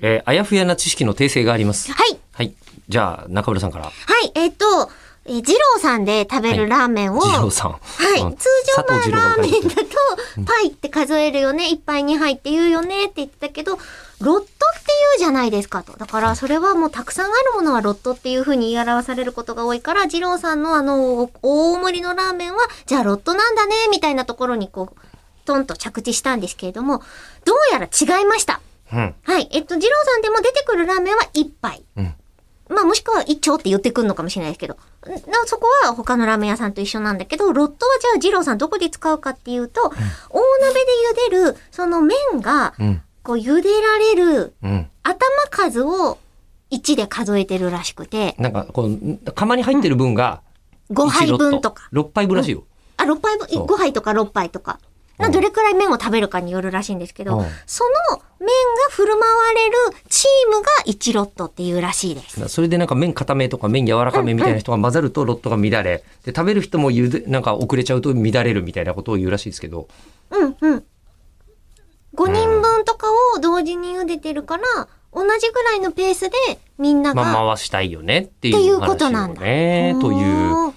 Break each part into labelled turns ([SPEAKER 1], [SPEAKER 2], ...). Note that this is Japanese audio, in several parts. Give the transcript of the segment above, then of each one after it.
[SPEAKER 1] えーあやふやな知識の訂正があります。
[SPEAKER 2] はい。
[SPEAKER 1] はい。じゃあ、中村さんから。
[SPEAKER 2] はい、えっ、と、えー、二郎さんで食べるラーメンを、
[SPEAKER 1] 二
[SPEAKER 2] はい、
[SPEAKER 1] 郎さん。うん
[SPEAKER 2] 通常
[SPEAKER 1] 佐藤二
[SPEAKER 2] の
[SPEAKER 1] 郎
[SPEAKER 2] ラ
[SPEAKER 1] が
[SPEAKER 2] ー
[SPEAKER 1] 書い
[SPEAKER 2] メ
[SPEAKER 1] て
[SPEAKER 2] ン
[SPEAKER 1] く
[SPEAKER 2] だ
[SPEAKER 1] れ
[SPEAKER 2] と、 パイって数えるよね、一杯二杯って言うよねって言ってたけど、ロットって言うじゃないですかと。だから、それはもうたくさんあるものはロットっていう風に言い表されることが多いから、二郎さんのあの、大盛りのラーメンは、じゃあロットなんだね、みたいなところにこう、トンと着地したんですけれども、どうやら違いました。
[SPEAKER 1] うん。
[SPEAKER 2] はい。えっと、二郎さんでも出てくるラーメンは1杯。
[SPEAKER 1] うん
[SPEAKER 2] まあ、もしくは1丁って言ってくるのかもしれないですけど。なそこは他のラーメン屋さんと一緒なんだけど、ロットはじゃあ二郎さんどこで使うかっていうと、大鍋で茹でる、その麺が、
[SPEAKER 1] うん。
[SPEAKER 2] こう茹でられる
[SPEAKER 1] うん。
[SPEAKER 2] 頭数を1で数えてるらしくて、
[SPEAKER 1] なんか、こう、釜に入ってる分が、
[SPEAKER 2] 5杯分とか。
[SPEAKER 1] 6杯分らしいよ。
[SPEAKER 2] あ、6杯
[SPEAKER 1] そ
[SPEAKER 2] 分、
[SPEAKER 1] う
[SPEAKER 2] 5杯とか6杯とか。
[SPEAKER 1] うん
[SPEAKER 2] などれくらい麺を食べるかによるらしいんですけ
[SPEAKER 1] う
[SPEAKER 2] ど
[SPEAKER 1] ん、
[SPEAKER 2] その麺が振る舞われるチームが1ロットっていうらしいです。
[SPEAKER 1] それでなんか麺固めとか麺柔らかめみたいな人が混ざるとロットが乱れ、で食べる人もゆでなんか遅れちゃうと乱れるみたいなことを言うらしいですけど、
[SPEAKER 2] うんうん。5人分とかを同時に茹でてるから、同じぐらいのペースでみんなが。
[SPEAKER 1] まあ回したいよねって
[SPEAKER 2] って
[SPEAKER 1] い
[SPEAKER 2] いううこと
[SPEAKER 1] 話
[SPEAKER 2] な
[SPEAKER 1] を
[SPEAKER 2] んだ
[SPEAKER 1] ね、という、
[SPEAKER 2] おー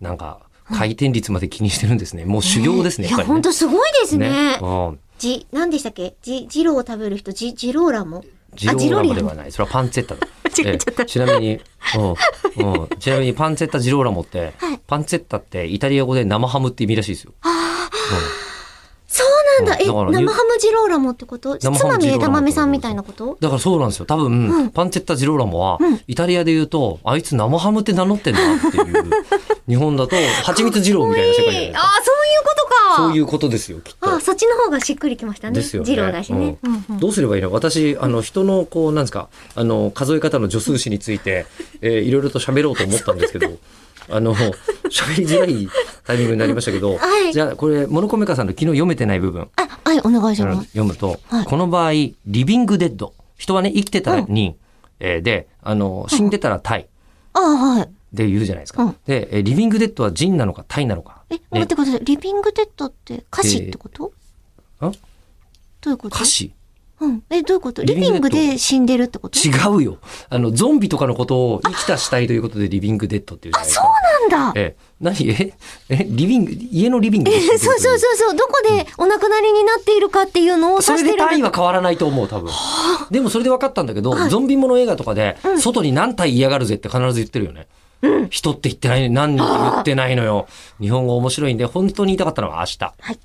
[SPEAKER 1] なんか回転率まで気にしてるんですね。もう修行ですね、
[SPEAKER 2] いや、
[SPEAKER 1] っぱりね
[SPEAKER 2] 本当すごいですね。
[SPEAKER 1] うん
[SPEAKER 2] じ、何でしたっけじ、ジローを食べる人、じ、ジローラも。
[SPEAKER 1] ジローラムでは
[SPEAKER 2] あ
[SPEAKER 1] ない。それはパンツェッタだ。
[SPEAKER 2] 間違えちゃった
[SPEAKER 1] ええちなみに、うん、うん。ちなみにパンツェッタジローラモって、
[SPEAKER 2] はい
[SPEAKER 1] パンツェッタってイタリア語で生ハムって意味らしいですよ。
[SPEAKER 2] そうなんだ。
[SPEAKER 1] うん
[SPEAKER 2] え、
[SPEAKER 1] だから
[SPEAKER 2] 生ハムジローラもってことつ
[SPEAKER 1] 生ハム
[SPEAKER 2] まみ
[SPEAKER 1] ジローラモ
[SPEAKER 2] 枝豆さんみたいなこと
[SPEAKER 1] だからそうなんですよ。多分、
[SPEAKER 2] うん
[SPEAKER 1] パンチェッタジローラモは、
[SPEAKER 2] うん
[SPEAKER 1] イタリアで言うと、あいつ生ハムって名乗ってんだっていう、日本だと、蜂蜜ジローみたいな世界じゃないです
[SPEAKER 2] あ
[SPEAKER 1] か。
[SPEAKER 2] あ、そういうことか。
[SPEAKER 1] そういうことですよ、きっ
[SPEAKER 2] あ
[SPEAKER 1] と
[SPEAKER 2] ー、。そっちの方がしっくりきましたね。
[SPEAKER 1] ですよね
[SPEAKER 2] ジローだしね。
[SPEAKER 1] う
[SPEAKER 2] うんんうん
[SPEAKER 1] どうすればいいの私、あの、人の、こう、なんですか、あの、数え方の助数詞について、 えーいろいろと喋ろうと思ったんですけど、あの、喋りづらいタイミングになりましたけど、
[SPEAKER 2] はい
[SPEAKER 1] じゃあ、これ、モノコメカさんの昨日読めてない部分、
[SPEAKER 2] あ、はい、お願いします。
[SPEAKER 1] 読むと、
[SPEAKER 2] はい
[SPEAKER 1] この場合、リビングデッド。人はね、生きてたら人、えーで、あの、死んでたらタイ。
[SPEAKER 2] あーはい。
[SPEAKER 1] で言うじゃないですか。
[SPEAKER 2] うん
[SPEAKER 1] で、えーリビングデッドは人なのか、タイなのか。
[SPEAKER 2] え、
[SPEAKER 1] ね
[SPEAKER 2] 待ってください。リビングデッドって歌詞ってこと、
[SPEAKER 1] ん
[SPEAKER 2] どういうこと
[SPEAKER 1] 歌詞
[SPEAKER 2] うん。え、どういうこと
[SPEAKER 1] リビ
[SPEAKER 2] リビ
[SPEAKER 1] ン
[SPEAKER 2] ン
[SPEAKER 1] グ
[SPEAKER 2] グ
[SPEAKER 1] デッド
[SPEAKER 2] で死んでるってこと
[SPEAKER 1] 違うよ。あの、ゾンビとかのことを生きた死体ということでリビングデッドっていうじゃないですか。
[SPEAKER 2] そうなんだ。
[SPEAKER 1] ええ、何ええ、リビング、家のリビングで死んでる
[SPEAKER 2] え、
[SPEAKER 1] とい
[SPEAKER 2] そうそう
[SPEAKER 1] う。
[SPEAKER 2] そうそう。どこでお亡くなりになっているかっていうのを指
[SPEAKER 1] それ
[SPEAKER 2] して
[SPEAKER 1] で
[SPEAKER 2] る。
[SPEAKER 1] タイは変わらないと思う、多分。でもそれで分かったんだけど、ゾンビもの映画とかで、外に何体嫌がるぜって必ず言ってるよね。人って言ってない、何人って言ってないのよ。日本語面白いんで、本当に言いたかったのは明日。
[SPEAKER 2] はい